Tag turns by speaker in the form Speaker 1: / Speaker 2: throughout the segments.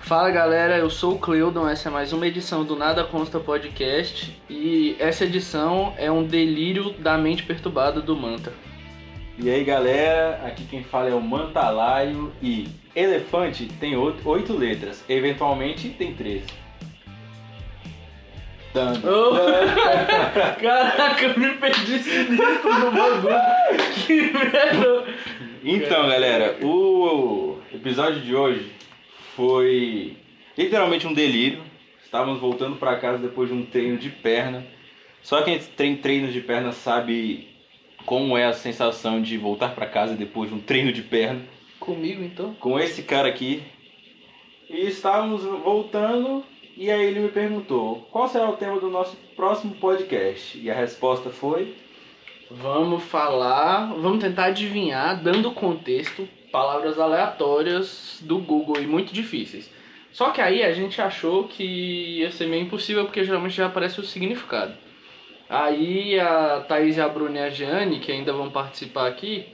Speaker 1: Fala galera, eu sou o Cleudon, essa é mais uma edição do Nada Consta Podcast e essa edição é um delírio da mente perturbada do Manta.
Speaker 2: E aí galera, aqui quem fala é o Mantalaio e elefante tem oito oito letras, eventualmente tem 13. Dan-
Speaker 1: Oh. Caraca, eu me perdi sinistro no bagulho. Que merda.
Speaker 2: Então galera, o episódio de hoje foi literalmente um delírio. Estávamos voltando para casa depois de um treino de perna. Só quem tem treino de perna sabe como é a sensação de voltar para casa depois de um treino de perna.
Speaker 1: Comigo então?
Speaker 2: com esse cara aqui. E estávamos voltando e aí ele me perguntou qual será o tema do nosso próximo podcast. E a resposta foi
Speaker 1: Vamos falar, vamos tentar adivinhar, dando contexto, palavras aleatórias do Google e muito difíceis. Só que aí a gente achou que ia ser meio impossível, porque geralmente já aparece o significado. Aí a Thaís, a Bruna e a Jeane, que ainda vão participar aqui,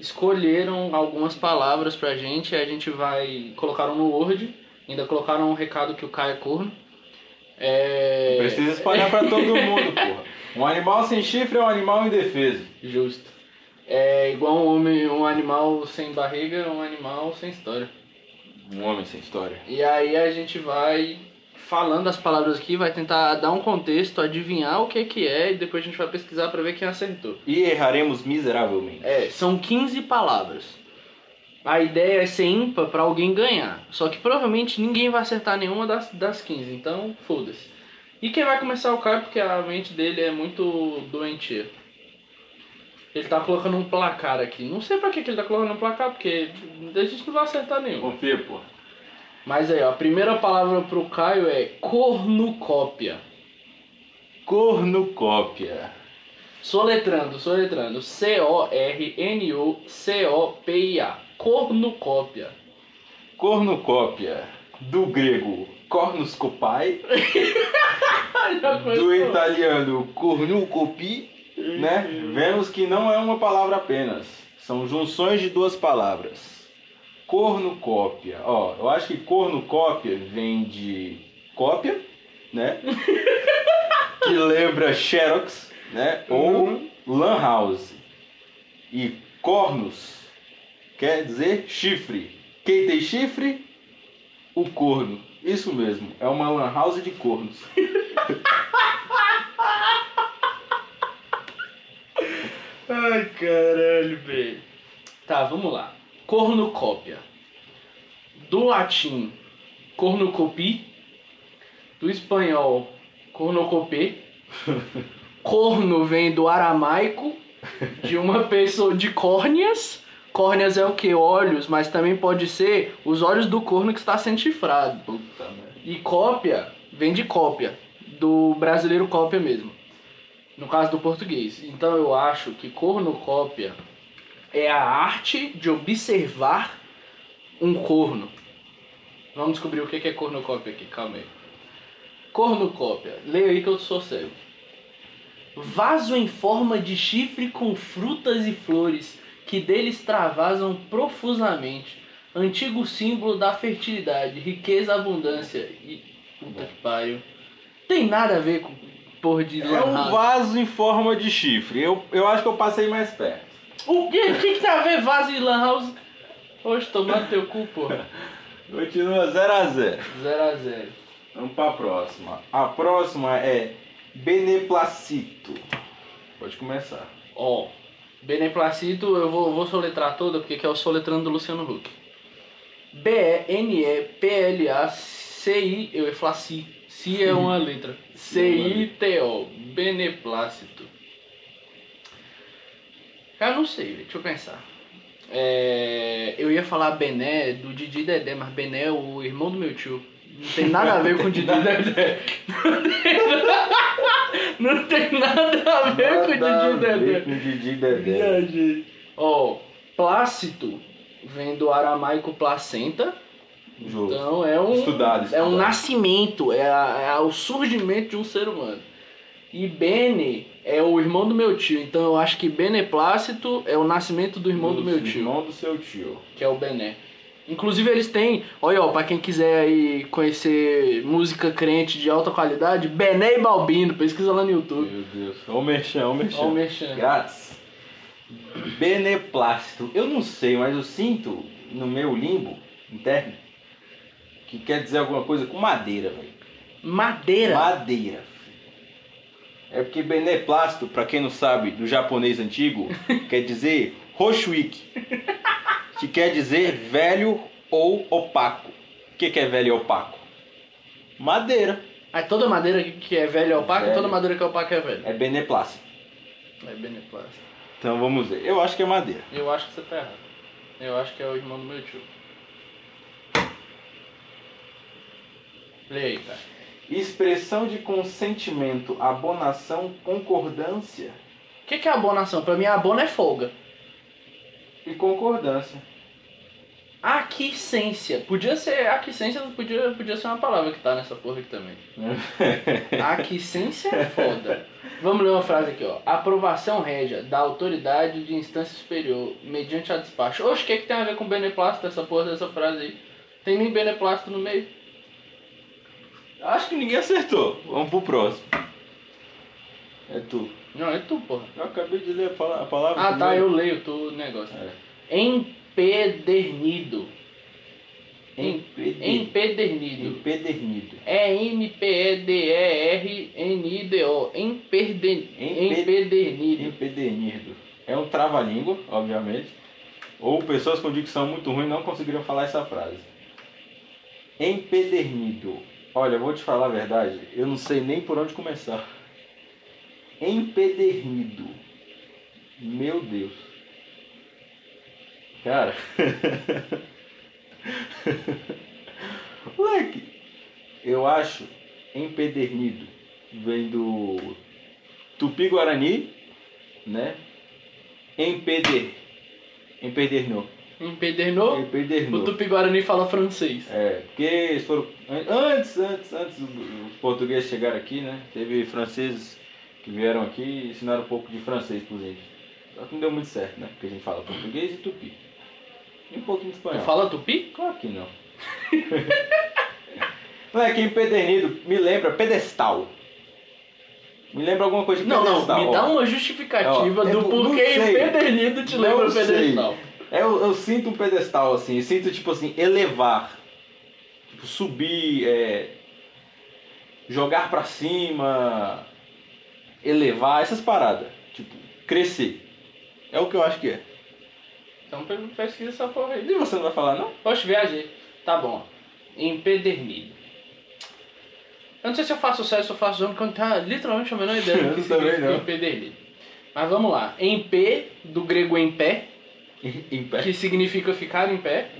Speaker 1: escolheram algumas palavras pra gente, aí a gente vai. colocaram no Word, ainda colocaram um recado que o Caio é corno. É...
Speaker 2: precisa espalhar para todo mundo, porra. Um animal sem chifre é um animal indefeso.
Speaker 1: Justo. É igual um homem, um animal sem barriga, um animal sem história.
Speaker 2: Um homem sem história.
Speaker 1: E aí a gente vai falando as palavras aqui, vai tentar dar um contexto, adivinhar o que que é e depois a gente vai pesquisar pra ver quem acertou.
Speaker 2: E erraremos miseravelmente.
Speaker 1: É, são 15 palavras. A ideia é ser ímpar pra alguém ganhar. Só que provavelmente ninguém vai acertar nenhuma das, das 15, então foda-se. E quem vai começar é o cara porque a mente dele é muito doentia. Ele tá colocando um placar aqui. Não sei pra que, que ele tá colocando um placar, porque a gente não vai acertar nenhum.
Speaker 2: É. Confia, porra.
Speaker 1: Mas aí, ó, a primeira palavra pro Caio é cornucópia.
Speaker 2: Cornucópia.
Speaker 1: Soletrando, soletrando. C-O-R-N-U-C-O-P-I-A. Cornucópia.
Speaker 2: Cornucópia. Do grego cornus copai, do italiano cornucopi né? Vemos que não é uma palavra apenas. São junções de duas palavras. Cornucópia. Ó, eu acho que cornucópia vem de cópia, né? que lembra Xerox, né? Ou
Speaker 1: Uhum.
Speaker 2: Lan House. E cornos quer dizer chifre. Quem tem chifre? O corno. Isso mesmo, é uma lan house de cornos.
Speaker 1: Ai, caralho, velho. Tá, vamos lá. Cornucópia. Do latim, cornucopi. Do espanhol, cornocopê. Corno vem do aramaico, de uma pessoa de córneas. Córneas é o que? Olhos, mas também pode ser os olhos do corno que está sendo chifrado.
Speaker 2: Puta merda.
Speaker 1: E cópia vem de cópia, do brasileiro cópia mesmo. No caso do português. Então eu acho que cornucópia é a arte de observar um corno. Vamos descobrir o que que é cornucópia aqui, calma aí. Cornucópia, leia aí que eu sou cego. Vaso em forma de chifre com frutas e flores que dele extravasam profusamente antigo símbolo da fertilidade, riqueza, abundância e. Puta que pariu. Tem nada a ver com porra de
Speaker 2: É um
Speaker 1: Lan House.
Speaker 2: vaso em forma de chifre. Eu, eu acho que eu passei mais perto.
Speaker 1: O que, que, que tem a ver vaso e Lan House? Hoje tomando teu cu, porra.
Speaker 2: Continua 0 a 0
Speaker 1: Zero a zero.
Speaker 2: Vamos pra próxima. A próxima é Beneplacito. Pode começar.
Speaker 1: Ó. Beneplacito, eu vou, vou soletrar toda porque que é o soletrando do Luciano Huck. B-E-N-E-P-L-A-C-I. Eu ia falar si. Si é uma letra. C-I-T-O. Beneplácito. Eu não sei, velho, deixa eu pensar. É, eu ia falar Bené do Didi Dedé, mas Bené é o irmão do meu tio. Não tem nada a ver com o Didi Dedé. Não tem nada a ver com o
Speaker 2: Nada
Speaker 1: Didi
Speaker 2: a ver
Speaker 1: Dedé.
Speaker 2: com o Didi Dedé.
Speaker 1: Viajei. Ó, Plácito vem do aramaico placenta.
Speaker 2: Justo.
Speaker 1: Então é um.
Speaker 2: Estudado,
Speaker 1: É um
Speaker 2: estudado.
Speaker 1: nascimento, é, a- é o surgimento de um ser humano. E Bene é o irmão do meu tio. Então eu acho que Beneplácito é o nascimento do irmão do meu tio,
Speaker 2: Irmão do seu tio.
Speaker 1: que é o Bené. Inclusive eles têm, olha, ó, pra quem quiser aí conhecer música crente de alta qualidade, Bené e Balbino, pesquisa lá no YouTube.
Speaker 2: Meu Deus. Ô merchan, ô merchan.
Speaker 1: Ó É o merchan.
Speaker 2: Grátis. Beneplácito. Eu não sei, mas eu sinto no meu limbo interno que quer dizer alguma coisa com madeira, velho.
Speaker 1: Madeira.
Speaker 2: Madeira. É porque beneplácito, pra quem não sabe, do japonês antigo, quer dizer roxuíque. Que quer dizer velho ou opaco. O que, que é velho e opaco? Madeira.
Speaker 1: Aí toda madeira que- que é velha é opaca,
Speaker 2: Velho.
Speaker 1: toda madeira que é opaca é velha.
Speaker 2: É beneplácito.
Speaker 1: É beneplácito.
Speaker 2: Então vamos ver. Eu acho que é madeira.
Speaker 1: Eu acho que você tá errado. Eu acho que é o irmão do meu tio. Lê aí, tá? cara.
Speaker 2: Expressão de consentimento, abonação, concordância
Speaker 1: O que, que é abonação? Pra mim, abono é folga.
Speaker 2: e concordância.
Speaker 1: Aquiscência. Podia ser. Aquiscência podia, podia ser uma palavra que tá nessa porra aqui também. Aquiscência é foda. Vamos ler uma frase aqui, ó. Aprovação régia da autoridade de instância superior, mediante a despacho. Oxe, o que, que tem a ver com beneplácito essa porra dessa frase aí? Tem nem beneplácito no meio.
Speaker 2: Acho que ninguém acertou. Vamos pro próximo. É tu.
Speaker 1: Não, é tu, porra.
Speaker 2: Eu acabei de ler a pala- a palavra.
Speaker 1: Ah, tá,
Speaker 2: primeiro.
Speaker 1: eu leio tu o negócio.
Speaker 2: É.
Speaker 1: Empedernido.
Speaker 2: Empede-
Speaker 1: Empedernido.
Speaker 2: Empedernido.
Speaker 1: É N-P-E-D-E-R-N-I-D-O. Emperde-
Speaker 2: Empe-
Speaker 1: Empedernido.
Speaker 2: Empedernido. É um trava-língua, obviamente. Ou pessoas com dicção muito ruim não conseguiriam falar essa frase. Empedernido. Olha, eu vou te falar a verdade, eu não sei nem por onde começar. Empedernido. Meu Deus. Cara. Moleque, eu acho empedernido vem do Tupi-Guarani, né? Empeder. Empedernou.
Speaker 1: Empedernou? O
Speaker 2: Empedernou.
Speaker 1: Tupi Guarani fala francês.
Speaker 2: É, porque eles foram. Antes, antes, antes os portugueses chegaram aqui, né? Teve franceses que vieram aqui e ensinaram um pouco de francês pros índios. Só que não deu muito certo, né? Porque a gente fala português e tupi. E um pouquinho de
Speaker 1: Tu
Speaker 2: espanhol.
Speaker 1: fala Tupi?
Speaker 2: Claro que não. é Moleque, empedernido me lembra pedestal. Me lembra alguma coisa de
Speaker 1: Não, não,
Speaker 2: pedestal.
Speaker 1: me dá um
Speaker 2: ó.
Speaker 1: uma justificativa
Speaker 2: Ó,
Speaker 1: do
Speaker 2: eu não-
Speaker 1: porquê
Speaker 2: não sei.
Speaker 1: Empedernido te
Speaker 2: Não
Speaker 1: lembra
Speaker 2: sei.
Speaker 1: pedestal.
Speaker 2: É, Eu, eu sinto um pedestal, assim, eu sinto, tipo assim, elevar. Tipo, subir, é, jogar pra cima, elevar, essas paradas. Tipo, crescer. É o que eu acho que é.
Speaker 1: Então pe- pesquisa essa porra aí.
Speaker 2: E você não vai falar, não?
Speaker 1: Poxa, viajei. Tá bom. Empedernido. Eu não sei se eu faço sucesso ou faço zona, porque eu não tenho literalmente a menor ideia do
Speaker 2: Eu
Speaker 1: que
Speaker 2: também
Speaker 1: significa
Speaker 2: não.
Speaker 1: empedernido. Mas vamos lá. Em pé, do grego em pé,
Speaker 2: em pé.
Speaker 1: que significa ficar em pé.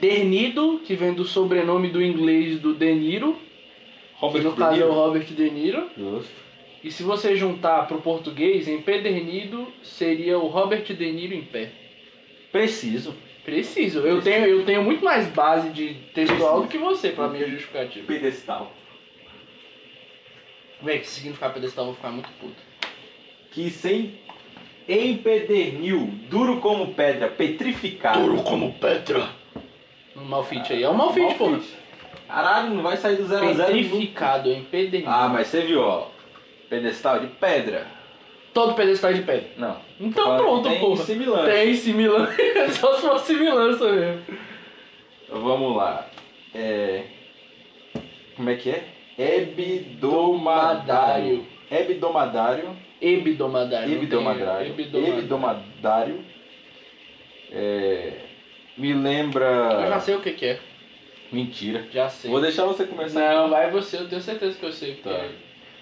Speaker 1: Dernido, que vem do sobrenome do inglês do De Niro, que
Speaker 2: Robert
Speaker 1: no
Speaker 2: De
Speaker 1: caso é o
Speaker 2: Niro.
Speaker 1: Robert De Niro.
Speaker 2: Justo.
Speaker 1: E se você juntar pro português, empedernido seria o Robert De Niro em pé.
Speaker 2: Preciso.
Speaker 1: Preciso. Eu tenho, eu tenho muito mais base de textual
Speaker 2: Preciso.
Speaker 1: do que você pra é minha justificativa.
Speaker 2: Pedestal.
Speaker 1: Véi, que significar pedestal eu vou ficar muito puto.
Speaker 2: Que sem empedernil, duro como pedra, petrificado.
Speaker 1: como pedra. Um malfit aí. É um malfit, pô.
Speaker 2: Caralho, não vai sair do 0 a 0
Speaker 1: Petrificado, empedernido.
Speaker 2: Ah, mas você viu, ó. Pedestal de pedra.
Speaker 1: Todo pedestal de pé.
Speaker 2: Não.
Speaker 1: Então
Speaker 2: Fala que
Speaker 1: pronto,
Speaker 2: tem
Speaker 1: porra.
Speaker 2: Similante.
Speaker 1: Tem similança. Só se for similança mesmo.
Speaker 2: Vamos lá. É... Como é que é? Hebdomadário. Hebdomadário.
Speaker 1: Hebdomadário. É, não tem-
Speaker 2: Hebdomadário.
Speaker 1: Hebdomadário.
Speaker 2: Hebdomadário. É... Me lembra.
Speaker 1: Eu já sei o que que é.
Speaker 2: Mentira.
Speaker 1: Já sei.
Speaker 2: Ah, Vou deixar você começar.
Speaker 1: Não, vai você, eu tenho certeza que é. eu sei. Porque
Speaker 2: Tá.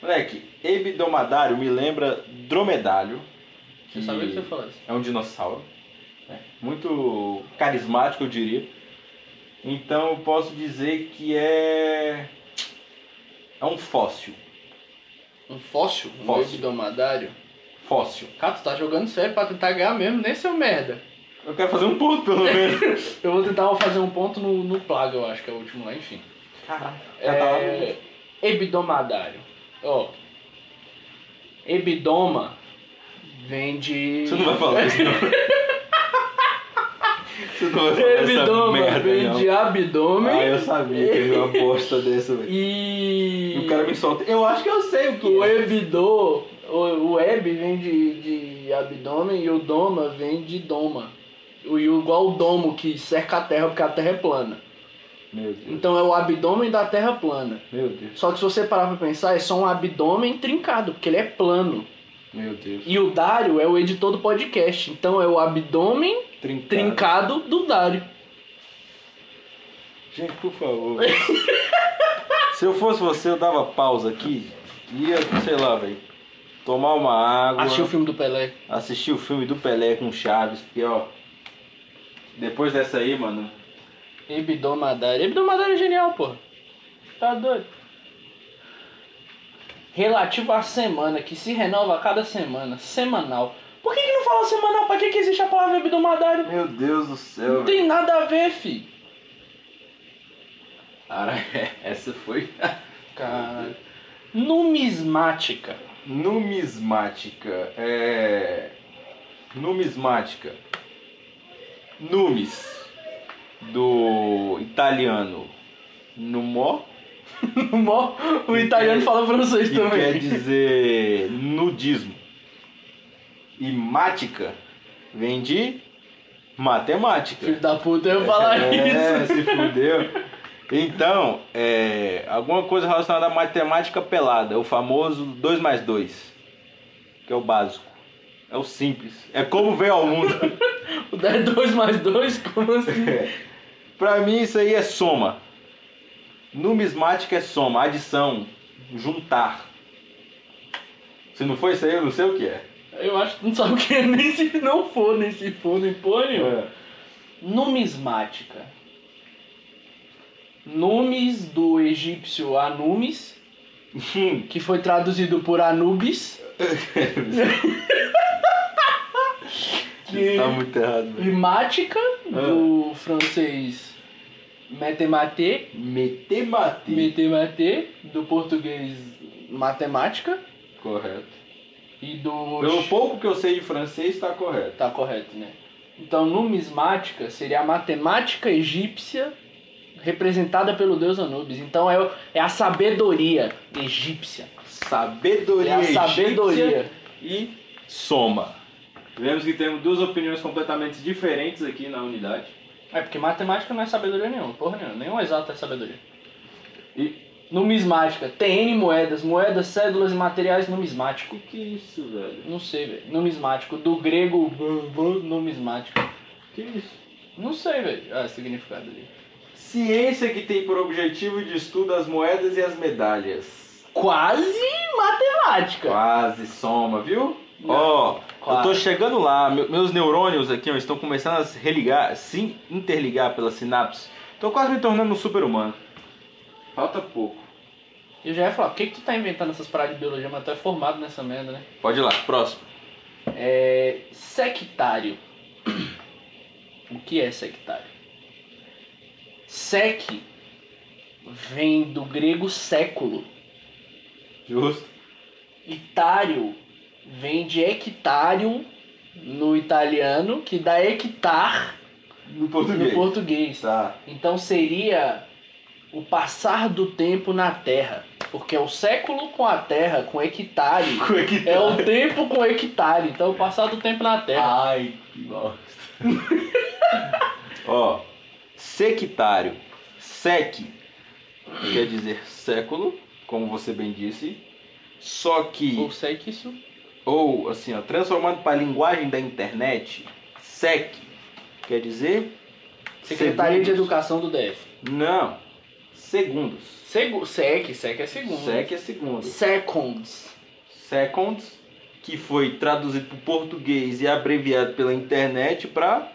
Speaker 2: Moleque, hebdomadário me lembra dromedário.
Speaker 1: eu sabia que você falasse.
Speaker 2: É um dinossauro. né? Muito carismático, eu diria. Então eu posso dizer que é. É um fóssil.
Speaker 1: Um fóssil? Um
Speaker 2: Fóssil.
Speaker 1: hebdomadário?
Speaker 2: Fóssil.
Speaker 1: Cara, tu tá jogando sério pra tentar ganhar mesmo, nem seu merda.
Speaker 2: Eu quero fazer um ponto pelo menos.
Speaker 1: Eu vou tentar fazer um ponto no, no plaga, eu acho que é o último lá, enfim.
Speaker 2: Caraca.
Speaker 1: É, hebdomadário. Ó. Hebdoma vem de.
Speaker 2: Você não vai falar isso, não. Você não vai falar essa
Speaker 1: Abdômen,
Speaker 2: merda,
Speaker 1: vem
Speaker 2: não.
Speaker 1: de abdômen.
Speaker 2: Ah, eu sabia que eu uma bosta dessa, velho.
Speaker 1: E.
Speaker 2: E o cara me solta. Eu acho que eu sei o que
Speaker 1: O
Speaker 2: é.
Speaker 1: hebidô, o, o heb vem de, de abdômen e o doma vem de doma. O, e o- igual o domo que cerca a terra porque a terra é plana.
Speaker 2: Meu Deus.
Speaker 1: Então é o abdômen da terra plana.
Speaker 2: Meu Deus.
Speaker 1: Só que se você parar pra pensar, é só um abdômen trincado, porque ele é plano.
Speaker 2: Meu Deus.
Speaker 1: E o Dário é o editor do podcast. Então é o abdômen
Speaker 2: Trincado.
Speaker 1: trincado do Dário.
Speaker 2: Gente, por favor. Se eu fosse você, eu dava pausa aqui. Ia, sei lá, velho. Tomar uma água.
Speaker 1: Achei o filme do Pelé.
Speaker 2: assistir o filme do Pelé com Chaves, porque ó. Depois dessa aí, mano.
Speaker 1: Hebdomadário. Hebdomadário é genial, pô. Tá doido. Relativo à semana, que se renova a cada semana. Semanal. Por que, que não fala semanal? Pra que, que existe a palavra hebdomadário?
Speaker 2: Meu Deus do céu,
Speaker 1: Não
Speaker 2: velho.
Speaker 1: tem nada a ver, fi.
Speaker 2: Cara, essa foi.
Speaker 1: Cara. Numismática.
Speaker 2: Numismática. É. Numismática. Numis. Do italiano. Numó.
Speaker 1: Mó, o italiano fala francês
Speaker 2: Que quer
Speaker 1: também.
Speaker 2: dizer nudismo. E mática vem de matemática.
Speaker 1: Filho da puta, eu ia falar
Speaker 2: é,
Speaker 1: isso.
Speaker 2: se fudeu. Então, é, alguma coisa relacionada à matemática pelada, é o famoso 2 mais 2, que é o básico. É o simples. É como veio ao mundo.
Speaker 1: O 10 2 mais 2, como assim?
Speaker 2: pra mim, isso aí é soma. Numismática é soma, adição, juntar. Se não for isso aí, eu não sei o que é.
Speaker 1: Eu acho que não sabe o que é, nem se não for, nem se for, nem for, nenhum.
Speaker 2: É.
Speaker 1: Numismática. Numis do egípcio Anumis,
Speaker 2: Hum.
Speaker 1: que foi traduzido por Anubis.
Speaker 2: Isso
Speaker 1: Que-
Speaker 2: tá muito Ah. errado. velho.
Speaker 1: E mática, do francês Mathematique.
Speaker 2: Metemati.
Speaker 1: Mathematique, do português matemática.
Speaker 2: Correto.
Speaker 1: E do.
Speaker 2: Pelo pouco que eu sei de francês, tá correto.
Speaker 1: Tá correto, né? Então, numismática seria a matemática egípcia representada pelo deus Anubis. Então, é, o- é a sabedoria egípcia. É
Speaker 2: Sabedoria
Speaker 1: a
Speaker 2: egípcia
Speaker 1: sabedoria.
Speaker 2: e soma. Vemos que temos duas opiniões completamente diferentes aqui na unidade.
Speaker 1: É porque matemática não é sabedoria nenhuma, porra nenhuma. Nenhum exato é sabedoria.
Speaker 2: E
Speaker 1: Numismática. Tem N moedas, moedas, cédulas e materiais numismático.
Speaker 2: o que é isso, velho?
Speaker 1: Não sei, velho. Numismático. Do grego, numismático.
Speaker 2: O que é isso?
Speaker 1: Não sei, velho. Ah, significado ali.
Speaker 2: Ciência que tem por objetivo de estudo as moedas e as medalhas.
Speaker 1: Quase matemática.
Speaker 2: Quase soma, viu?
Speaker 1: Não,
Speaker 2: Ó, eu tô
Speaker 1: quase.
Speaker 2: chegando lá, me- meus neurônios aqui ó, estão começando a se religar, se interligar pelas sinapses. Tô quase me tornando um super-humano. Falta pouco.
Speaker 1: Eu já ia falar, por que, que tu tá inventando essas paradas de biologia, mas tu é formado nessa merda, né?
Speaker 2: Pode ir lá, próximo.
Speaker 1: É. Sectário. O que é sectário? Sec vem do grego século.
Speaker 2: Justo.
Speaker 1: Itário vem de hectarium no italiano, que dá hectar
Speaker 2: No
Speaker 1: no
Speaker 2: português.
Speaker 1: português.
Speaker 2: Tá.
Speaker 1: Então seria o passar do tempo na Terra. Porque é o século com a Terra, com hectare.
Speaker 2: tá?
Speaker 1: É o tempo com hectare, então o passar do tempo na Terra.
Speaker 2: Ai, que bosta. Ó, sectário. Sec quer dizer século, como você bem disse. Só
Speaker 1: Ou
Speaker 2: que,
Speaker 1: sei que isso.
Speaker 2: ou assim, ó, transformando para a linguagem da internet, sec quer dizer.
Speaker 1: Secretaria de
Speaker 2: segundos.
Speaker 1: Educação do DF.
Speaker 2: Não, segundos.
Speaker 1: Segu SEC, SEC é segundo.
Speaker 2: Sec é segundo.
Speaker 1: Seconds.
Speaker 2: Seconds, que foi traduzido para o português e abreviado pela internet para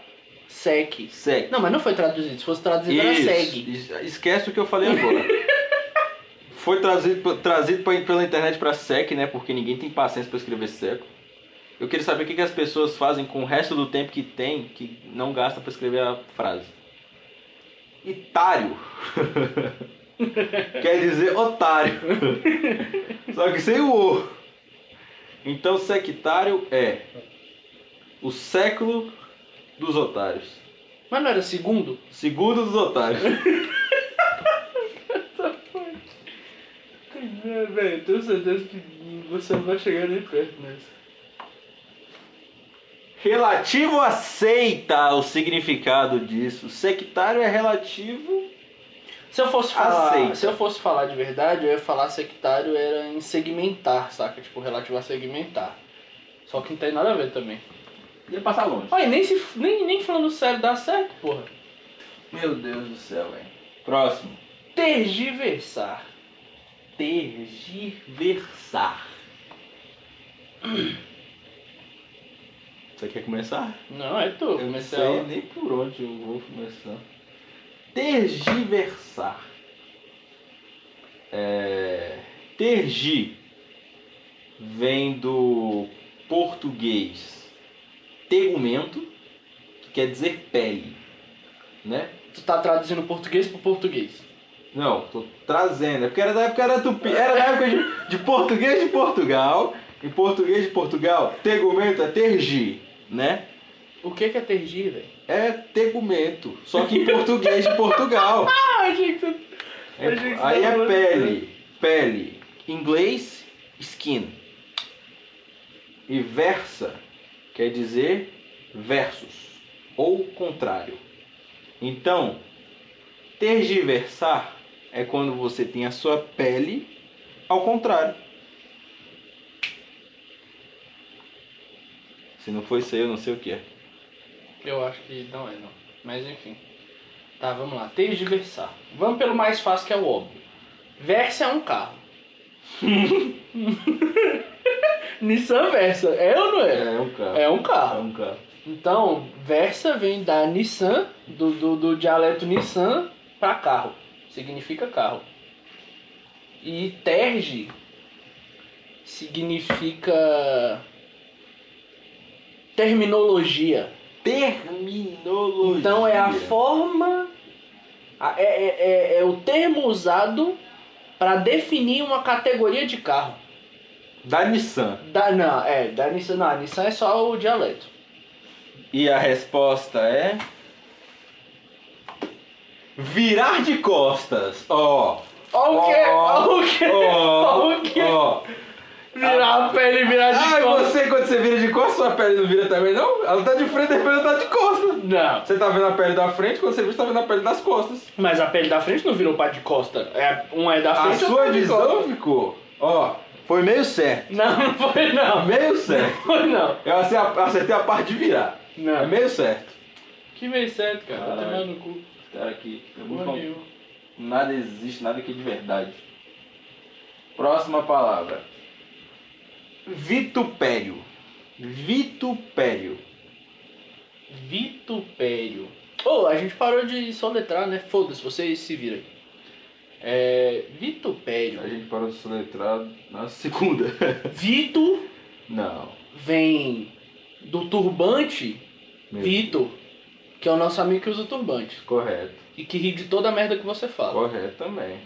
Speaker 1: SEC.
Speaker 2: sec.
Speaker 1: Não, mas não foi traduzido. Se fosse traduzido, era
Speaker 2: Isso,
Speaker 1: SEG.
Speaker 2: isso, Esquece o que eu falei agora. Foi trazido, pe- trazido pra- pela internet pra SEC, né? Porque ninguém tem paciência pra escrever seco. Eu queria saber o que, que as pessoas fazem com o resto do tempo que tem, que não gasta pra escrever a frase. Itário. Quer dizer otário. Só que sem o O. Então, sectário é o século dos otários.
Speaker 1: Mas não era segundo?
Speaker 2: Segundo dos otários.
Speaker 1: É, velho, tenho certeza que você não vai chegar nem perto nessa.
Speaker 2: Relativo a seita, o significado disso. Sectário é relativo.
Speaker 1: Se eu fosse falar,
Speaker 2: Aceita.
Speaker 1: se eu fosse falar de verdade, eu ia falar sectário era em segmentar, saca? Tipo, relativo a segmentar. Só que não tem nada a ver também.
Speaker 2: Ia é passar longe.
Speaker 1: Olha, nem, se, nem, nem falando sério dá certo, porra.
Speaker 2: Meu Deus do céu, velho. Próximo.
Speaker 1: Tergiversar.
Speaker 2: Tergiversar. Você quer começar?
Speaker 1: Não, é tu.
Speaker 2: não
Speaker 1: Comecei
Speaker 2: sei nem por onde eu vou começar. Tergiversar. É, Tergi vem do português tegumento, que quer dizer pele, né?
Speaker 1: Tu tá traduzindo português pro português.
Speaker 2: Não, tô trazendo. É porque era da época, era tupi, era da época de, de português de Portugal. Em português de Portugal, tegumento é tergi, né?
Speaker 1: O que que é tergir, velho?
Speaker 2: É tegumento, só que em português de Portugal.
Speaker 1: Ah, achei que tu...
Speaker 2: É-
Speaker 1: Achei que você tava
Speaker 2: aí é
Speaker 1: tá falando-
Speaker 2: pele, pele. Em inglês, skin. E versa quer dizer versus ou contrário. Então, tergiversar é quando você tem a sua pele ao contrário. Se não for isso aí, eu não sei o que é.
Speaker 1: Eu acho que não é, não. Mas enfim. Tá, vamos lá. Tergiversar. Vamos pelo mais fácil que é o óbvio. Versa é um carro. Nissan Versa. É ou não é?
Speaker 2: um carro.
Speaker 1: É um
Speaker 2: É
Speaker 1: carro.
Speaker 2: um carro.
Speaker 1: Então, Versa vem da Nissan, do, do, do dialeto Nissan, pra carro. Significa carro. E Terge significa terminologia.
Speaker 2: Terminologia.
Speaker 1: Então é a forma, a- é, é- é- é o termo usado para definir uma categoria de carro.
Speaker 2: da Nissan.
Speaker 1: Da, não, é, da Nissan, não, a Nissan é só o dialeto.
Speaker 2: E a resposta é. Virar de costas. Ó.
Speaker 1: Ó o quê? Ó o quê?
Speaker 2: Ó.
Speaker 1: O quê?
Speaker 2: Ó.
Speaker 1: Virar a pele, virar de
Speaker 2: Ai,
Speaker 1: é? costas.
Speaker 2: você quando você vira de costas, sua pele não vira também, não? Ela tá de frente, depois ela tá de costas.
Speaker 1: Não,
Speaker 2: Você tá vendo a pele da frente, quando você vira, você tá vendo a pele das costas.
Speaker 1: mas a pele da frente não virou pra de costa. É, uma é da
Speaker 2: A
Speaker 1: frente
Speaker 2: sua
Speaker 1: outra é de costa.
Speaker 2: visão ficou. Ó. Foi meio certo.
Speaker 1: Não, não foi não.
Speaker 2: Meio certo.
Speaker 1: Foi não.
Speaker 2: Eu ace- acertei a parte de virar. É
Speaker 1: Não.
Speaker 2: meio certo.
Speaker 1: Que meio certo, cara. Vai
Speaker 2: Caralho.
Speaker 1: tomar no cu.
Speaker 2: Cara, aqui.
Speaker 1: Porra nenhuma.
Speaker 2: Nada existe, nada aqui de verdade. Próxima palavra. Vitupério. Vitupério.
Speaker 1: Vitupério. Ô, a gente parou de soletrar, né? Foda-se, vocês se viram aí. É.
Speaker 2: A
Speaker 1: Vitupério.
Speaker 2: gente parou de soletrar na segunda.
Speaker 1: Vito
Speaker 2: Não.
Speaker 1: vem do turbante
Speaker 2: Meu.
Speaker 1: Vitor, que é o nosso amigo que usa turbante
Speaker 2: Correto.
Speaker 1: e que ri de toda a merda que você fala.
Speaker 2: Correto também.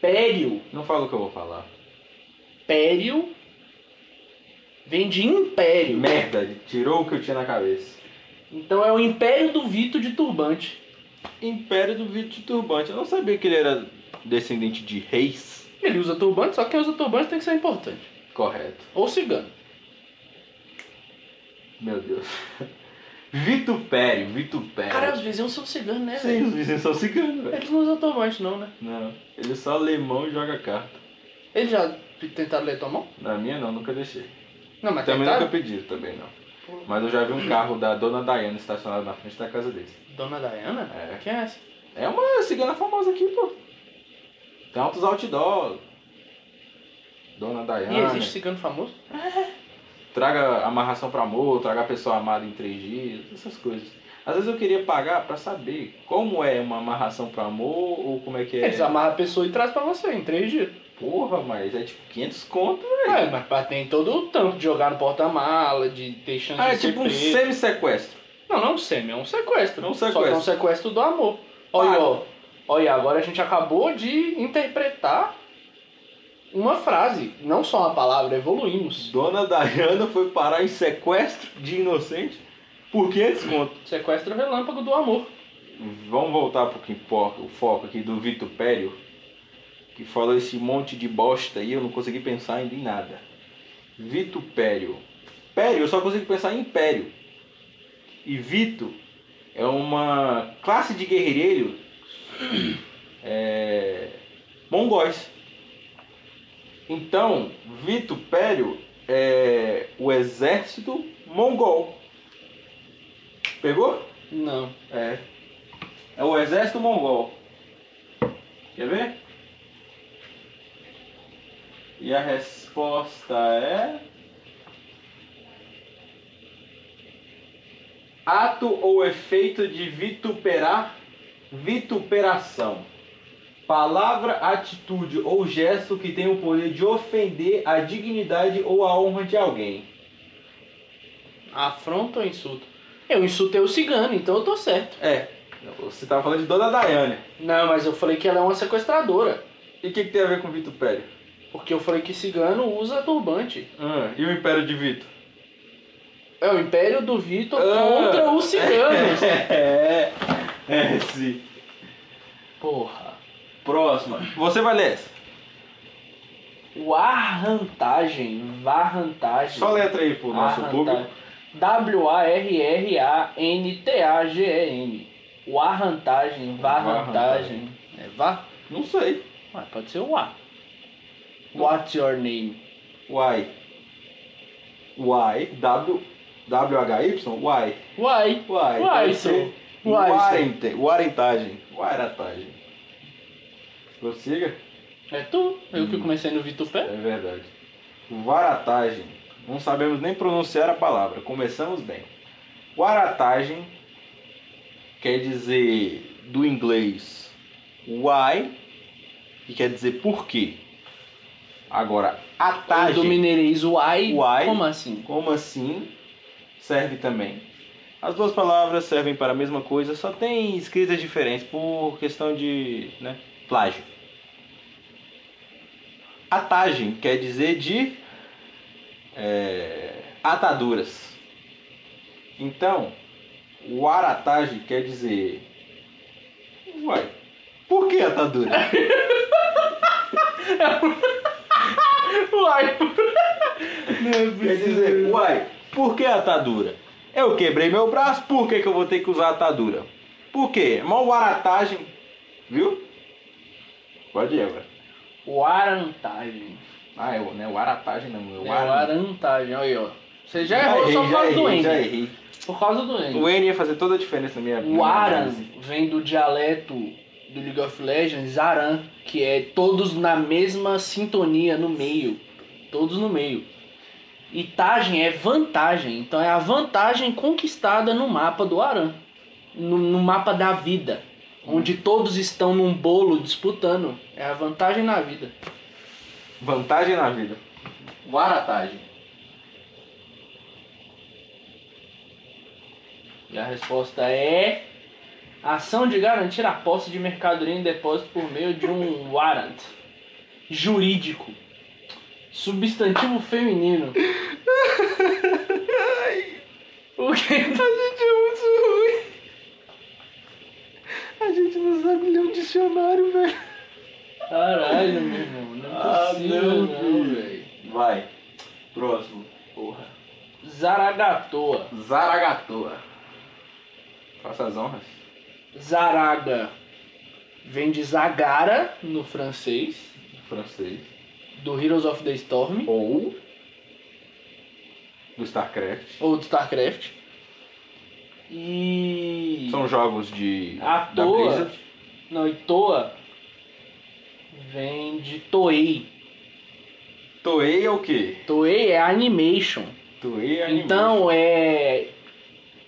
Speaker 1: Pério.
Speaker 2: Não fala o que eu vou falar.
Speaker 1: Pério vem de império.
Speaker 2: Merda, tirou o que eu tinha na cabeça.
Speaker 1: Então é o império do Vito de turbante.
Speaker 2: Império do Vito Turbante. Eu não sabia que ele era descendente de reis.
Speaker 1: Ele usa turbante, só que quem usa turbante tem que ser importante.
Speaker 2: Correto.
Speaker 1: Ou cigano.
Speaker 2: Meu Deus. Vitupério, Vitupério.
Speaker 1: Cara, os vizinhos são ciganos, né?
Speaker 2: É. Sim,
Speaker 1: velho?
Speaker 2: os vizinhos são ciganos, velho.
Speaker 1: Eles não usam turbante, não, né?
Speaker 2: Não, ele é só lê mão e joga carta.
Speaker 1: Eles já p- tentaram ler tua mão?
Speaker 2: Na minha não, nunca deixei.
Speaker 1: Não, mas
Speaker 2: Também
Speaker 1: tentaram.
Speaker 2: nunca pedi, também não. Mas eu já vi um carro da dona Dayana estacionado na frente da casa dele.
Speaker 1: Dona Diana?
Speaker 2: É.
Speaker 1: Quem é essa?
Speaker 2: É uma cigana famosa aqui, pô. Tem altos outdoor. Dona
Speaker 1: E
Speaker 2: Dayana.
Speaker 1: existe cigano famoso?
Speaker 2: Traga amarração pra amor, traga a pessoa amada em três dias, essas coisas. Às vezes eu queria pagar pra saber como é uma amarração pra amor ou como é que é.
Speaker 1: Eles amarram a pessoa e traz pra você em três dias.
Speaker 2: Porra, mas é tipo 500 conto.
Speaker 1: É, mas pá, tem todo o tanto de jogar no porta-mala, de ter chance
Speaker 2: Ah,
Speaker 1: de
Speaker 2: é tipo um
Speaker 1: ser preso.
Speaker 2: semi-sequestro.
Speaker 1: Não, não é um semi, é um sequestro.
Speaker 2: É um
Speaker 1: Só que é um
Speaker 2: sequestro.
Speaker 1: sequestro do amor. Olha, ó. Olha, agora a gente acabou de interpretar uma frase. Não só uma palavra, evoluímos.
Speaker 2: Dona Dayana foi parar em sequestro de inocente? Por que desconto?
Speaker 1: Sequestra o relâmpago do amor.
Speaker 2: Vamos voltar pro que importa, o foco aqui do Vitupério, que falou esse monte de bosta aí, eu não consegui pensar ainda em nada. Vitupério. Pério, eu só consigo pensar em império. E Vito é uma classe de guerrilheiro é, mongóis. Então, Vitupério é o exército mongol. Pegou?
Speaker 1: Não.
Speaker 2: É. É o exército mongol. Quer ver? E a resposta é. Ato ou efeito de vituperar? Vituperação. Palavra, atitude ou gesto que tem o poder de ofender a dignidade ou a honra de alguém.
Speaker 1: Afronta ou insulto? Eu insultei o cigano, então eu tô certo.
Speaker 2: É, você tava falando de Dona Daiane.
Speaker 1: Não, mas eu falei que ela é uma sequestradora.
Speaker 2: E o que, que tem a ver com vitupério?
Speaker 1: Porque eu falei que cigano usa turbante.
Speaker 2: Ah, e o império de Vito?
Speaker 1: É o império do Vitor
Speaker 2: Ah.
Speaker 1: contra os ciganos.
Speaker 2: É, é, sim.
Speaker 1: Porra.
Speaker 2: Próxima. Você vai ler essa.
Speaker 1: O arrantagem, varrantagem.
Speaker 2: Só letra aí pro nosso
Speaker 1: Ah, tá.
Speaker 2: público.
Speaker 1: W-A-R-R-A-N-T-A-G-E-N. O arrantagem, varrantagem. É vá?
Speaker 2: Não sei.
Speaker 1: Ué, pode ser o A. What's your name?
Speaker 2: Why? Why? W? W-H-Y? Why?
Speaker 1: Why?
Speaker 2: Why?
Speaker 1: Why,
Speaker 2: Deve
Speaker 1: so?
Speaker 2: ser
Speaker 1: Why, so?
Speaker 2: Warente, warentagem. Warentagem. Prossiga.
Speaker 1: É tu? Eu que comecei no Vitupé?
Speaker 2: É verdade. Varatagem. Não sabemos nem pronunciar a palavra. Começamos bem. Waratagem quer dizer do inglês why, que quer dizer por quê. Agora,
Speaker 1: Ou Do
Speaker 2: atagem,
Speaker 1: mineirês, why?
Speaker 2: Why?
Speaker 1: Como assim?
Speaker 2: como assim, serve também. As duas palavras servem para a mesma coisa, só tem escritas diferentes por questão de né, plágio. Atagem quer dizer de é, ataduras. Então, o aratagem quer dizer. Uai, por que atadura?
Speaker 1: Why?
Speaker 2: Quer dizer, uai, por que atadura? Eu quebrei meu braço, por que, que eu vou ter que usar atadura? Por quê? É Mó waratagem, viu? Pode ir agora.
Speaker 1: O arantagem.
Speaker 2: Ah, é, o- não é waratagem não,
Speaker 1: É
Speaker 2: é
Speaker 1: o
Speaker 2: waratagem.
Speaker 1: arantagem, olha aí, ó. Você já errou só por causa do
Speaker 2: errei, já
Speaker 1: N.
Speaker 2: errei.
Speaker 1: Por causa do N.
Speaker 2: O N ia fazer toda a diferença na minha na
Speaker 1: O
Speaker 2: minha
Speaker 1: Aran
Speaker 2: análise.
Speaker 1: vem do dialeto do League of Legends, Aran, que é todos na mesma sintonia no meio. Todos no meio. E Tagem é vantagem, então é a vantagem conquistada no mapa do Aran. No, no mapa da vida. Onde todos estão num bolo disputando. É a vantagem na vida.
Speaker 2: Vantagem na vida. Waratagem.
Speaker 1: E a resposta é. Ação de garantir a posse de mercadoria em depósito por meio de um warrant jurídico. Substantivo feminino. O que?
Speaker 2: A gente é muito ruim. A gente não sabe ler um dicionário, velho.
Speaker 1: Caralho, meu irmão. Não é
Speaker 2: Ah,
Speaker 1: possível,
Speaker 2: não,
Speaker 1: não,
Speaker 2: filho.
Speaker 1: velho.
Speaker 2: Vai. Próximo.
Speaker 1: Porra. Zaragatoa.
Speaker 2: Zaragatoa. Faça as honras.
Speaker 1: Zaraga vem de Zagara no francês,
Speaker 2: Francês.
Speaker 1: do Heroes of the Storm.
Speaker 2: Ou. Do StarCraft.
Speaker 1: ou do StarCraft. E.
Speaker 2: São jogos de.
Speaker 1: À
Speaker 2: da
Speaker 1: toa.
Speaker 2: Blizzard.
Speaker 1: Não, e Toa vem de Toei.
Speaker 2: Toei é o quê?
Speaker 1: Toei é animation.
Speaker 2: Toei é anime.
Speaker 1: Então é.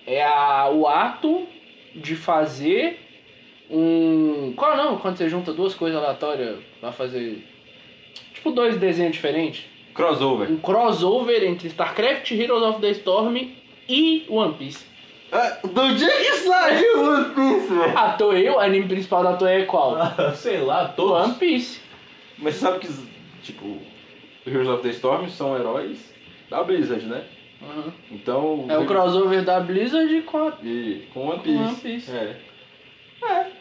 Speaker 1: É a- o ato de fazer um. Qual não? Quando você junta duas coisas aleatórias pra fazer. Tipo dois desenhos diferentes.
Speaker 2: Crossover.
Speaker 1: Um crossover entre StarCraft, Heroes of the Storm e One Piece.
Speaker 2: Ah, do dia que saiu One Piece, velho?
Speaker 1: A Toei, o anime principal da Toei é qual?
Speaker 2: Sei lá,
Speaker 1: One Piece.
Speaker 2: Mas você sabe que, tipo, os Heroes of the Storm são heróis da Blizzard, né?
Speaker 1: Aham.
Speaker 2: Então.
Speaker 1: É o crossover da Blizzard com a.
Speaker 2: E, com One
Speaker 1: Com
Speaker 2: Piece.
Speaker 1: One Piece.
Speaker 2: É. é.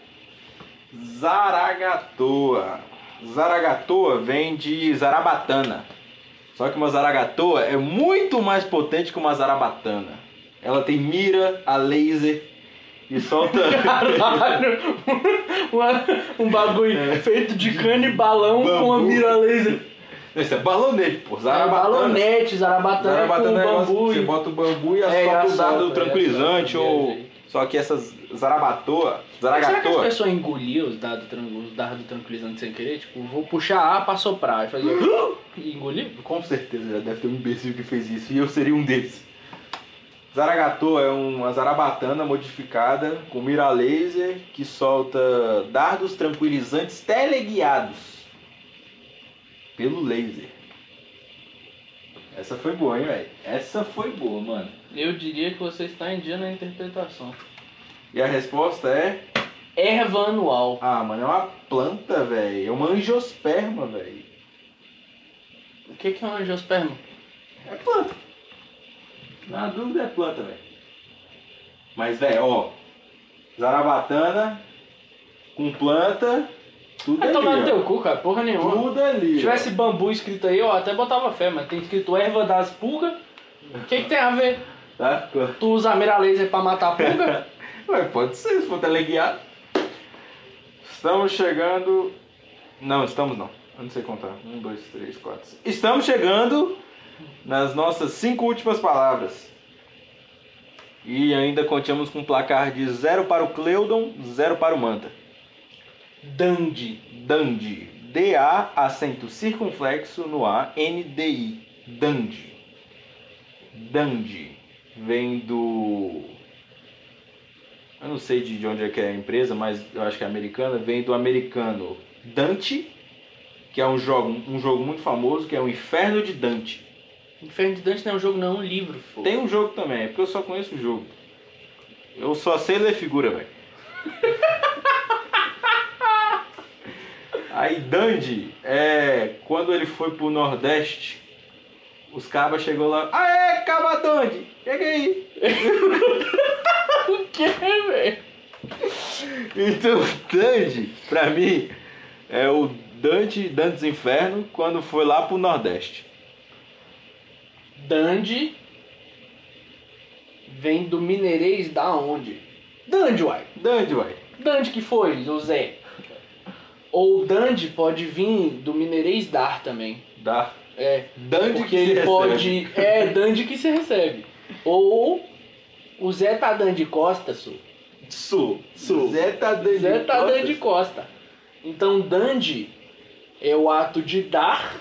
Speaker 2: Zaragatoa. Zaragatoa vem de Zarabatana. Só que uma Zaragatoa é muito mais potente que uma Zarabatana. Ela tem mira a laser e solta.
Speaker 1: Caralho! um- um bagulho
Speaker 2: É.
Speaker 1: feito de cano e balão
Speaker 2: Bambu.
Speaker 1: com uma mira laser.
Speaker 2: Isso é balonete, pô. Zarabatana.
Speaker 1: Balonete, zarabatana,
Speaker 2: Zarabatana é
Speaker 1: tá com
Speaker 2: um negócio
Speaker 1: bambu.
Speaker 2: que você bota o bambu e
Speaker 1: É,
Speaker 2: assopra o
Speaker 1: assopra,
Speaker 2: dado
Speaker 1: é,
Speaker 2: tranquilizante
Speaker 1: assopra,
Speaker 2: ou.
Speaker 1: viajei.
Speaker 2: Só que essas Zarabatoa.
Speaker 1: Será que as
Speaker 2: Zaragatoa.
Speaker 1: pessoas engoliam os dados, tran- os dados tranquilizantes sem querer? Tipo, vou puxar A pra soprar e fazer. e engolir?
Speaker 2: Com certeza já deve ter um imbecil que fez isso e eu seria um deles. Zaragato é uma zarabatana modificada com mira laser que solta dardos tranquilizantes teleguiados pelo laser. Essa foi boa, hein, velho? Essa foi boa, mano.
Speaker 1: Eu diria que você está em dia na interpretação.
Speaker 2: E a resposta é.
Speaker 1: Erva anual.
Speaker 2: Ah, mano, é uma planta, velho. É uma angiosperma, velho.
Speaker 1: O que que é um angiosperma?
Speaker 2: É planta. Na dúvida é planta, velho. Mas, velho, ó. Zarabatana com planta, tudo é
Speaker 1: Vai
Speaker 2: ali.
Speaker 1: tomar
Speaker 2: ó.
Speaker 1: no teu cu, cara, porra nenhuma.
Speaker 2: Tudo é ali.
Speaker 1: Se
Speaker 2: ó.
Speaker 1: tivesse bambu escrito aí, eu até botava fé, mas tem escrito erva das pulgas. O que, que tem a ver?
Speaker 2: Tá?
Speaker 1: Tu usa a mira laser pra matar a pulga?
Speaker 2: Ué, pode ser, se for teleguiado. Estamos chegando. Não, estamos não. Eu não sei contar. Um, dois, três, quatro. cinco. Estamos chegando nas nossas cinco últimas palavras. E ainda contamos com um placar de zero para o Cleudon, zero para o Manta.
Speaker 1: Dandy.
Speaker 2: Dandy. D-A, acento circunflexo no A, N-D-I. Dandy. Dandy. Vem do. Eu não sei de de onde é que é a empresa, mas eu acho que é americana. Vem do americano Dante, que é um jogo, um jogo muito famoso, que é o Inferno de Dante.
Speaker 1: Inferno de Dante não é um jogo, não, é um livro, pô.
Speaker 2: Tem um jogo também, é porque eu só conheço o jogo. Eu só sei ler figura, velho. Aí Dandy, é, quando ele foi pro Nordeste, os cabas chegou lá. Aê, caba Dandy, chega aí.
Speaker 1: O que, velho?
Speaker 2: Então Dandy, pra mim, é o Dante Dantes Inferno quando foi lá pro Nordeste.
Speaker 1: Dandy. Vem do mineirês da onde? Dandy, uai.
Speaker 2: Dandy, uai.
Speaker 1: Dandy que foi, José. Ou Dandy pode vir do mineirês dar também.
Speaker 2: Dá.
Speaker 1: É,
Speaker 2: Dandy
Speaker 1: Porque
Speaker 2: que se
Speaker 1: ele
Speaker 2: recebe.
Speaker 1: pode. É, Dandy que se recebe. Ou o Zé tá dando de costa, su.
Speaker 2: Sul.
Speaker 1: Sul.
Speaker 2: Zé tá dando
Speaker 1: Zé tá
Speaker 2: costas.
Speaker 1: dando de costa. Então, dandy é o ato de dar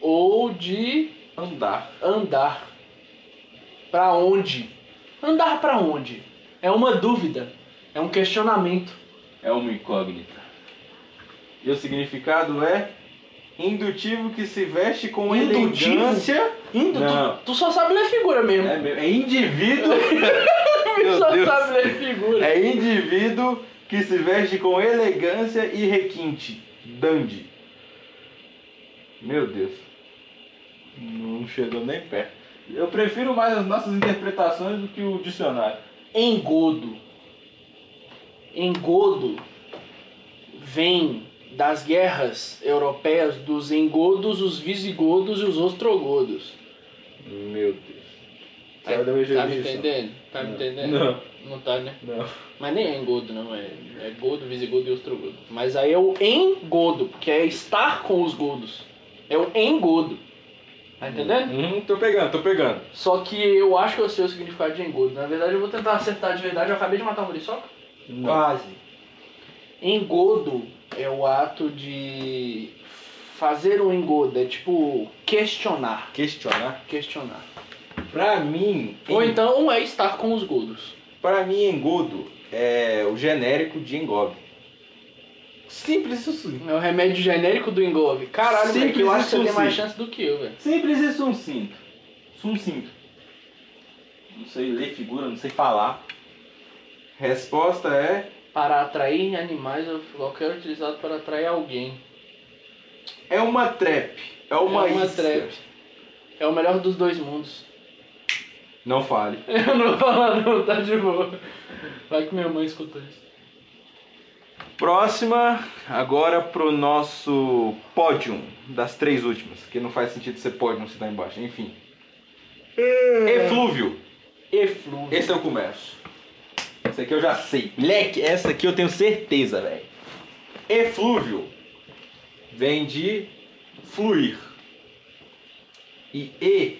Speaker 1: ou de
Speaker 2: Andar.
Speaker 1: andar. Pra onde? Andar pra onde? É uma dúvida. É um questionamento.
Speaker 2: é uma incógnita. E o significado é indutivo que se veste com
Speaker 1: Indutivo?
Speaker 2: elegância.
Speaker 1: Indo,
Speaker 2: Não.
Speaker 1: tu, tu só sabe ler figura mesmo.
Speaker 2: É, mesmo, é indivíduo.
Speaker 1: tu
Speaker 2: Meu
Speaker 1: só
Speaker 2: Deus.
Speaker 1: sabe ler figura.
Speaker 2: É indivíduo que se veste com elegância e requinte. Dandy. Meu Deus. Não chegou nem perto. Eu prefiro mais as nossas interpretações do que o dicionário.
Speaker 1: engodo. Engodo vem das guerras europeias dos engodos, os visigodos e os ostrogodos.
Speaker 2: Meu Deus.
Speaker 1: Tá,
Speaker 2: Saiu da minha
Speaker 1: tá me
Speaker 2: jurisdição.
Speaker 1: entendendo? Tá me entendendo?
Speaker 2: Não,
Speaker 1: Não tá, né?
Speaker 2: não.
Speaker 1: Mas nem é engodo, não. É, é godo, visigodo e ostrogodo. Mas aí é o engodo, que é estar com os godos. É o engodo. Tá entendendo?
Speaker 2: Hum, tô pegando, tô pegando.
Speaker 1: Só que eu acho que eu sei o significado de engodo. Na verdade, eu vou tentar acertar de verdade. Eu acabei de matar um muriçoca. Quase. Engodo é o ato de fazer um engodo, é tipo questionar,
Speaker 2: Questionar.
Speaker 1: questionar.
Speaker 2: Pra mim,
Speaker 1: Ou
Speaker 2: en-
Speaker 1: então é estar com os godos.
Speaker 2: pra mim, engodo é o genérico de engove. Simples isso.
Speaker 1: É o remédio genérico do engove. Caralho,
Speaker 2: Simples
Speaker 1: velho, eu acho que você
Speaker 2: e
Speaker 1: tem mais
Speaker 2: sucinto.
Speaker 1: chance do que eu, velho.
Speaker 2: Simples um e sucinto. Sucinto. um Não sei ler figura, não sei falar. Resposta é
Speaker 1: Para atrair animais ou qualquer utilizado para atrair alguém.
Speaker 2: é uma trap, é uma,
Speaker 1: é uma
Speaker 2: isca.
Speaker 1: trap. É o melhor dos dois mundos.
Speaker 2: Não fale.
Speaker 1: Eu não vou falar não, tá de boa. Vai que minha mãe escuta isso.
Speaker 2: Próxima, agora pro nosso pódio das três últimas, que não faz sentido ser pódio se tá embaixo, enfim. Eflúvio.
Speaker 1: Eflúvio.
Speaker 2: Esse é o comércio. Esse aqui eu já sei. Leque, essa aqui eu tenho certeza, velho. Eflúvio vem de fluir. E E,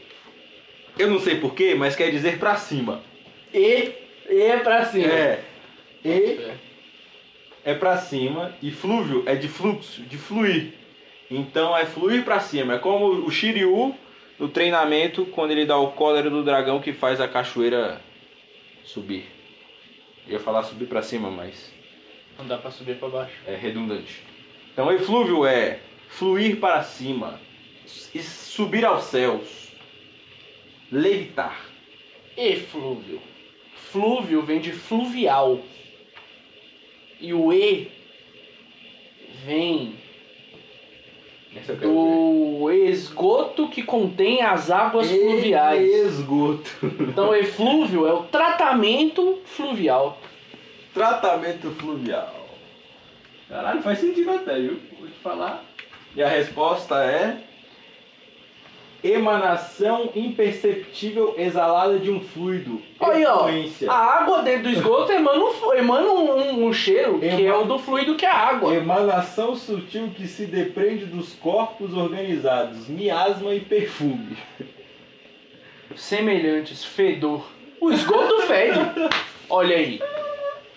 Speaker 2: eu não sei porquê, mas quer dizer pra cima.
Speaker 1: E, e é pra cima.
Speaker 2: É. E
Speaker 1: É.
Speaker 2: é pra cima e flúvio é de fluxo, de fluir. Então é fluir pra cima. É como o Shiryu no treinamento quando ele dá o cólera do dragão que faz a cachoeira subir. Eu ia falar subir pra cima, mas
Speaker 1: Não dá pra subir pra baixo.
Speaker 2: é redundante. Então eflúvio é fluir para cima, e subir aos céus, levitar.
Speaker 1: Eflúvio. Flúvio vem de fluvial. E o E vem
Speaker 2: Essa é eu quero ver.
Speaker 1: do esgoto que contém as águas fluviais.
Speaker 2: Esgoto.
Speaker 1: Então, eflúvio é o tratamento fluvial.
Speaker 2: Tratamento fluvial. Caralho, faz sentido até, viu? Vou te falar. E a resposta é. Emanação imperceptível exalada de um fluido.
Speaker 1: Olha aí, ó.
Speaker 2: Efluência.
Speaker 1: A água dentro do esgoto emana um, fu- emana um, um- um cheiro, que é
Speaker 2: Emana-
Speaker 1: o do fluido que é a água.
Speaker 2: Emanação sutil que se depende dos corpos organizados, miasma e perfume.
Speaker 1: Semelhantes, fedor. O esgoto fede. Olha aí.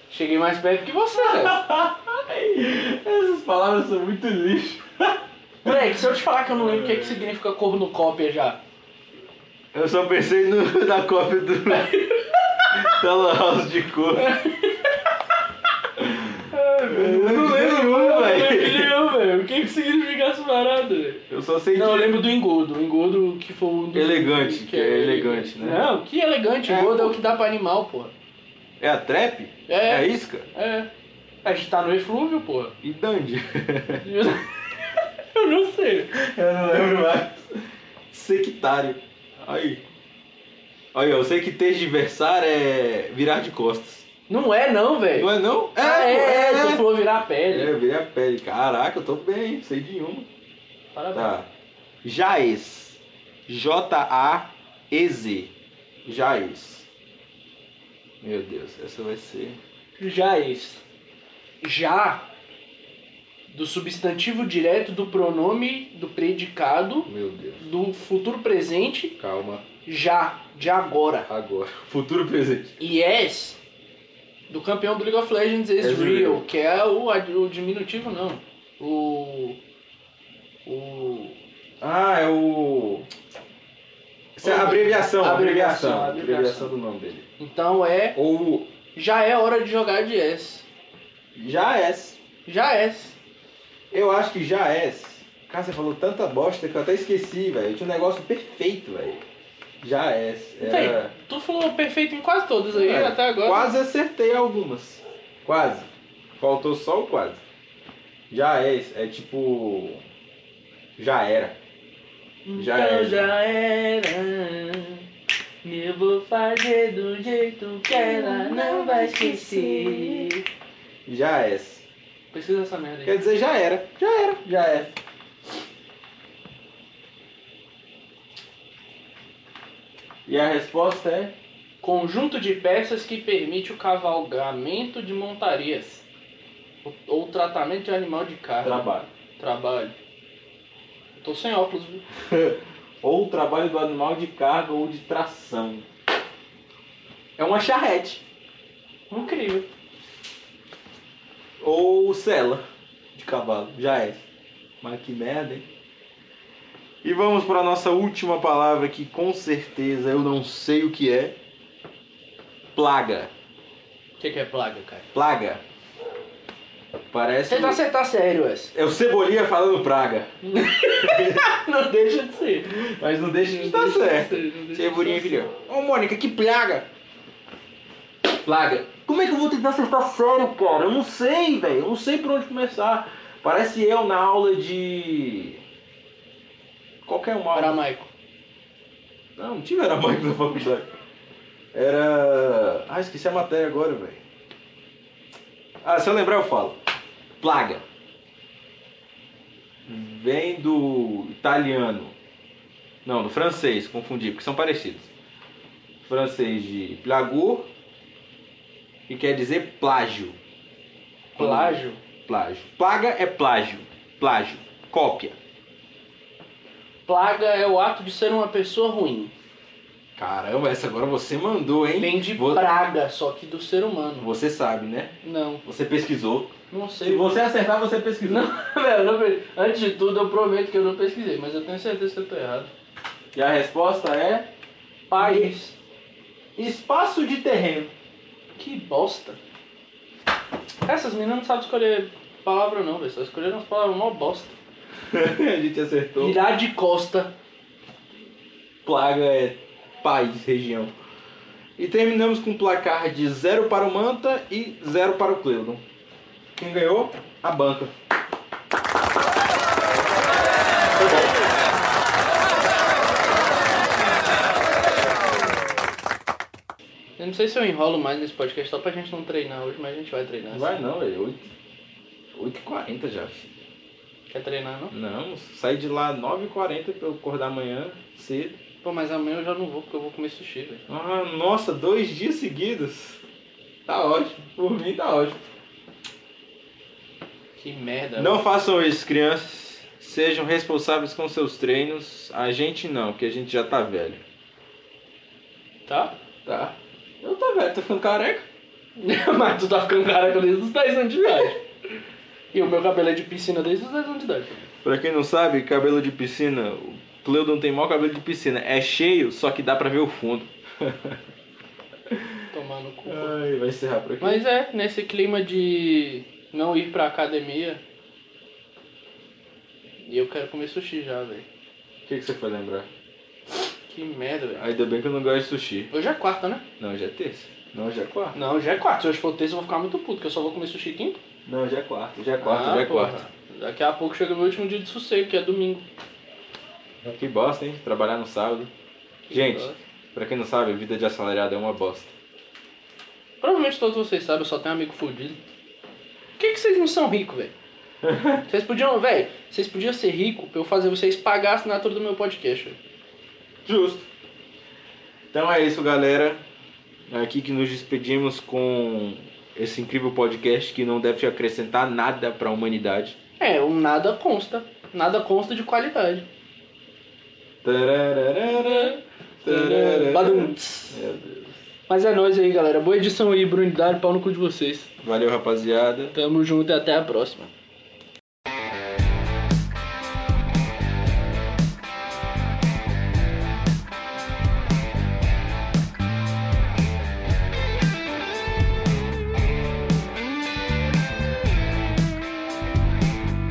Speaker 1: Cheguei mais perto que você, né?
Speaker 2: Essas palavras são muito lixo.
Speaker 1: Moleque, se eu te falar que eu não lembro o que, é que significa cornucópia já.
Speaker 2: Eu só pensei no, na cópia do Tela House de cor.
Speaker 1: Eu
Speaker 2: não lembro nenhum, velho.
Speaker 1: nenhum, velho. O que, que significa essa parada, velho?
Speaker 2: Eu só sei
Speaker 1: Não, eu
Speaker 2: que
Speaker 1: lembro do engodo. O engodo que foi um dos-
Speaker 2: Elegante, que é elegante, né?
Speaker 1: Não, que elegante.
Speaker 2: É,
Speaker 1: Engodo é
Speaker 2: pô.
Speaker 1: o que dá pra animal, porra.
Speaker 2: é a trap, é, a
Speaker 1: É,
Speaker 2: isca
Speaker 1: é. A gente tá no eflúvio, porra.
Speaker 2: e dandy.
Speaker 1: Eu não sei.
Speaker 2: Eu não lembro mais. Sectário. Aí. Aí, ó, eu sei que tergiversar é virar de costas.
Speaker 1: Não é não, velho.
Speaker 2: Não é não? É,
Speaker 1: Ah, é, é,
Speaker 2: pô,
Speaker 1: tu falou virar a
Speaker 2: é.
Speaker 1: pele.
Speaker 2: É, virei a pele. Caraca, eu tô bem, sei de uma.
Speaker 1: Parabéns.
Speaker 2: Tá. Jaez. J-A-E-Z. Jaez. Meu Deus, essa vai ser.
Speaker 1: Já esse. Já do substantivo direto do pronome do predicado
Speaker 2: Meu Deus.
Speaker 1: do futuro presente
Speaker 2: Calma.
Speaker 1: já de agora.
Speaker 2: Agora. Futuro presente.
Speaker 1: E yes do campeão do League of Legends is,
Speaker 2: Is
Speaker 1: real,
Speaker 2: real.
Speaker 1: que é o, ad- o diminutivo não. O o
Speaker 2: Ah, é o. Isso é a
Speaker 1: Ou-
Speaker 2: abreviação,
Speaker 1: a
Speaker 2: a
Speaker 1: abreviação,
Speaker 2: abreviação,
Speaker 1: a
Speaker 2: a
Speaker 1: abreviação.
Speaker 2: abreviação do nome dele.
Speaker 1: então é
Speaker 2: Ou o
Speaker 1: já é hora de jogar de yes.
Speaker 2: Jaez.
Speaker 1: Já é.
Speaker 2: Eu acho que Jaez. Cara, você falou tanta bosta que eu até esqueci, velho. Eu Tinha um negócio perfeito, velho. Jaez.
Speaker 1: Não
Speaker 2: Era...
Speaker 1: Tu falou perfeito em quase todas aí,
Speaker 2: É,
Speaker 1: até agora.
Speaker 2: Quase acertei algumas. Quase. Faltou só o quase. Já é, é tipo. Já era. já
Speaker 1: então
Speaker 2: era.
Speaker 1: já era. Eu vou fazer do jeito que ela não vai esquecer.
Speaker 2: Já é.
Speaker 1: Pesquisa essa merda aí.
Speaker 2: Quer dizer, já era. Já era. Já é. E a resposta é.
Speaker 1: Conjunto de peças que permite o cavalgamento de montarias. Ou ou tratamento de animal de carga.
Speaker 2: Trabalho.
Speaker 1: Trabalho. Tô sem óculos, viu?
Speaker 2: Ou trabalho do animal de carga ou de tração. É uma charrete.
Speaker 1: Incrível.
Speaker 2: Ou cela de cavalo, já é. Mas que merda, hein? E vamos para nossa última palavra que com certeza eu não sei o que é. Plaga.
Speaker 1: O que, que é plaga, cara?
Speaker 2: Plaga. Parece.
Speaker 1: Você tá, você tá sério, essa.
Speaker 2: É o Cebolinha falando praga.
Speaker 1: Não deixa de ser. é
Speaker 2: Mas não deixa de
Speaker 1: Não
Speaker 2: estar
Speaker 1: deixa de
Speaker 2: Tá certo.
Speaker 1: ser, não deixa de
Speaker 2: Cebolinha
Speaker 1: ser.
Speaker 2: filhão. assim. Ô Mônica, que plaga! Plaga. Como é que eu vou tentar acertar sério, cara? Eu não sei, velho. Eu não sei por onde começar. Parece eu na aula de. Qualquer uma aula.
Speaker 1: Aramaico.
Speaker 2: Não, não tive era banho na faculdade. Era. Ah, esqueci a matéria agora, velho. Ah, se eu lembrar eu falo. Plaga. Vem do italiano. Não, do francês, confundi, porque são parecidos. Francês de plagou, que quer dizer plágio.
Speaker 1: Plágio?
Speaker 2: Plágio. Plaga é plágio. Plágio. Cópia.
Speaker 1: Plaga é o ato de ser uma pessoa ruim.
Speaker 2: Caramba, essa agora você mandou, hein?
Speaker 1: Vem de
Speaker 2: Vo-
Speaker 1: praga, só que do ser humano.
Speaker 2: Você sabe, né?
Speaker 1: Não,
Speaker 2: Você pesquisou.
Speaker 1: não sei.
Speaker 2: Se você acertar, você pesquisou.
Speaker 1: Não, velho, eu não pe- antes de tudo eu prometo que eu não pesquisei, mas eu tenho certeza que eu tô errado.
Speaker 2: E a resposta é
Speaker 1: País.
Speaker 2: espaço de terreno.
Speaker 1: Que bosta. Essas meninas não sabem escolher palavra não, velho. Só escolheram as palavras mó bosta.
Speaker 2: a gente acertou.
Speaker 1: Virar de costa.
Speaker 2: Plaga é país, região. E terminamos com um placar de 0 para o Manta e 0 para o Cleudon. Quem ganhou? A banca.
Speaker 1: Eu não sei se eu enrolo mais nesse podcast só pra gente não treinar hoje, mas a gente vai treinar.
Speaker 2: Não vai não, é velho. 8h40 já. filho.
Speaker 1: Quer treinar não?
Speaker 2: Não, saí de lá 9h40 pra eu acordar amanhã cedo.
Speaker 1: Pô, mas amanhã eu já não vou porque eu vou comer sushi, velho.
Speaker 2: Ah, nossa, dois dias seguidos. Tá ótimo. Por mim tá ótimo.
Speaker 1: Que merda.
Speaker 2: Não façam isso, crianças. Sejam responsáveis com seus treinos. A gente não, porque a gente já tá velho.
Speaker 1: velho. Tá?
Speaker 2: Tá. Eu tô velho, tô ficando careca.
Speaker 1: mas tu tá ficando careca desde os 10 anos de idade. e o meu cabelo é de piscina desde os 10 anos de idade.
Speaker 2: Pra quem não sabe, cabelo de piscina. O Cleudon tem mau cabelo de piscina. É cheio, só que dá pra ver o fundo.
Speaker 1: Tomar no cu.
Speaker 2: Ai, vai encerrar por aqui.
Speaker 1: Mas é, nesse clima de não ir pra academia. E eu quero comer sushi já, velho.
Speaker 2: O que, que você foi lembrar?
Speaker 1: Que merda, velho.
Speaker 2: Ainda bem que eu não gosto de sushi.
Speaker 1: Hoje é quarta, né?
Speaker 2: Não, já é terça. Não, já é quarta.
Speaker 1: Não, já é quarta. Se hoje for terça, eu vou ficar muito puto, que eu só vou comer sushi quinta.
Speaker 2: Não, já é quarta. Já é quarta,
Speaker 1: Ah,
Speaker 2: já é
Speaker 1: porra.
Speaker 2: quarta.
Speaker 1: Daqui a pouco chega o meu último dia de sossego, que é domingo.
Speaker 2: Que bosta, hein? Trabalhar no sábado. Gente. Pra quem não sabe, a vida de assalariado é uma bosta.
Speaker 1: Provavelmente todos vocês sabem, eu só tenho amigo fudido. Por que, que vocês não são ricos, velho? Vocês podiam, velho, vocês podiam ser ricos pra eu fazer vocês pagar a assinatura do meu podcast, velho.
Speaker 2: Justo. Então é isso, galera. É Aqui que nos despedimos com esse incrível podcast que não deve acrescentar nada pra humanidade.
Speaker 1: É, o nada consta. Nada consta de qualidade.
Speaker 2: Tarararara, tararara.
Speaker 1: Badum.
Speaker 2: Meu Deus.
Speaker 1: Mas é nóis um aí, galera. Boa edição aí, Brunidade, pau no cu de vocês.
Speaker 2: Valeu, rapaziada.
Speaker 1: Tamo junto e até a próxima.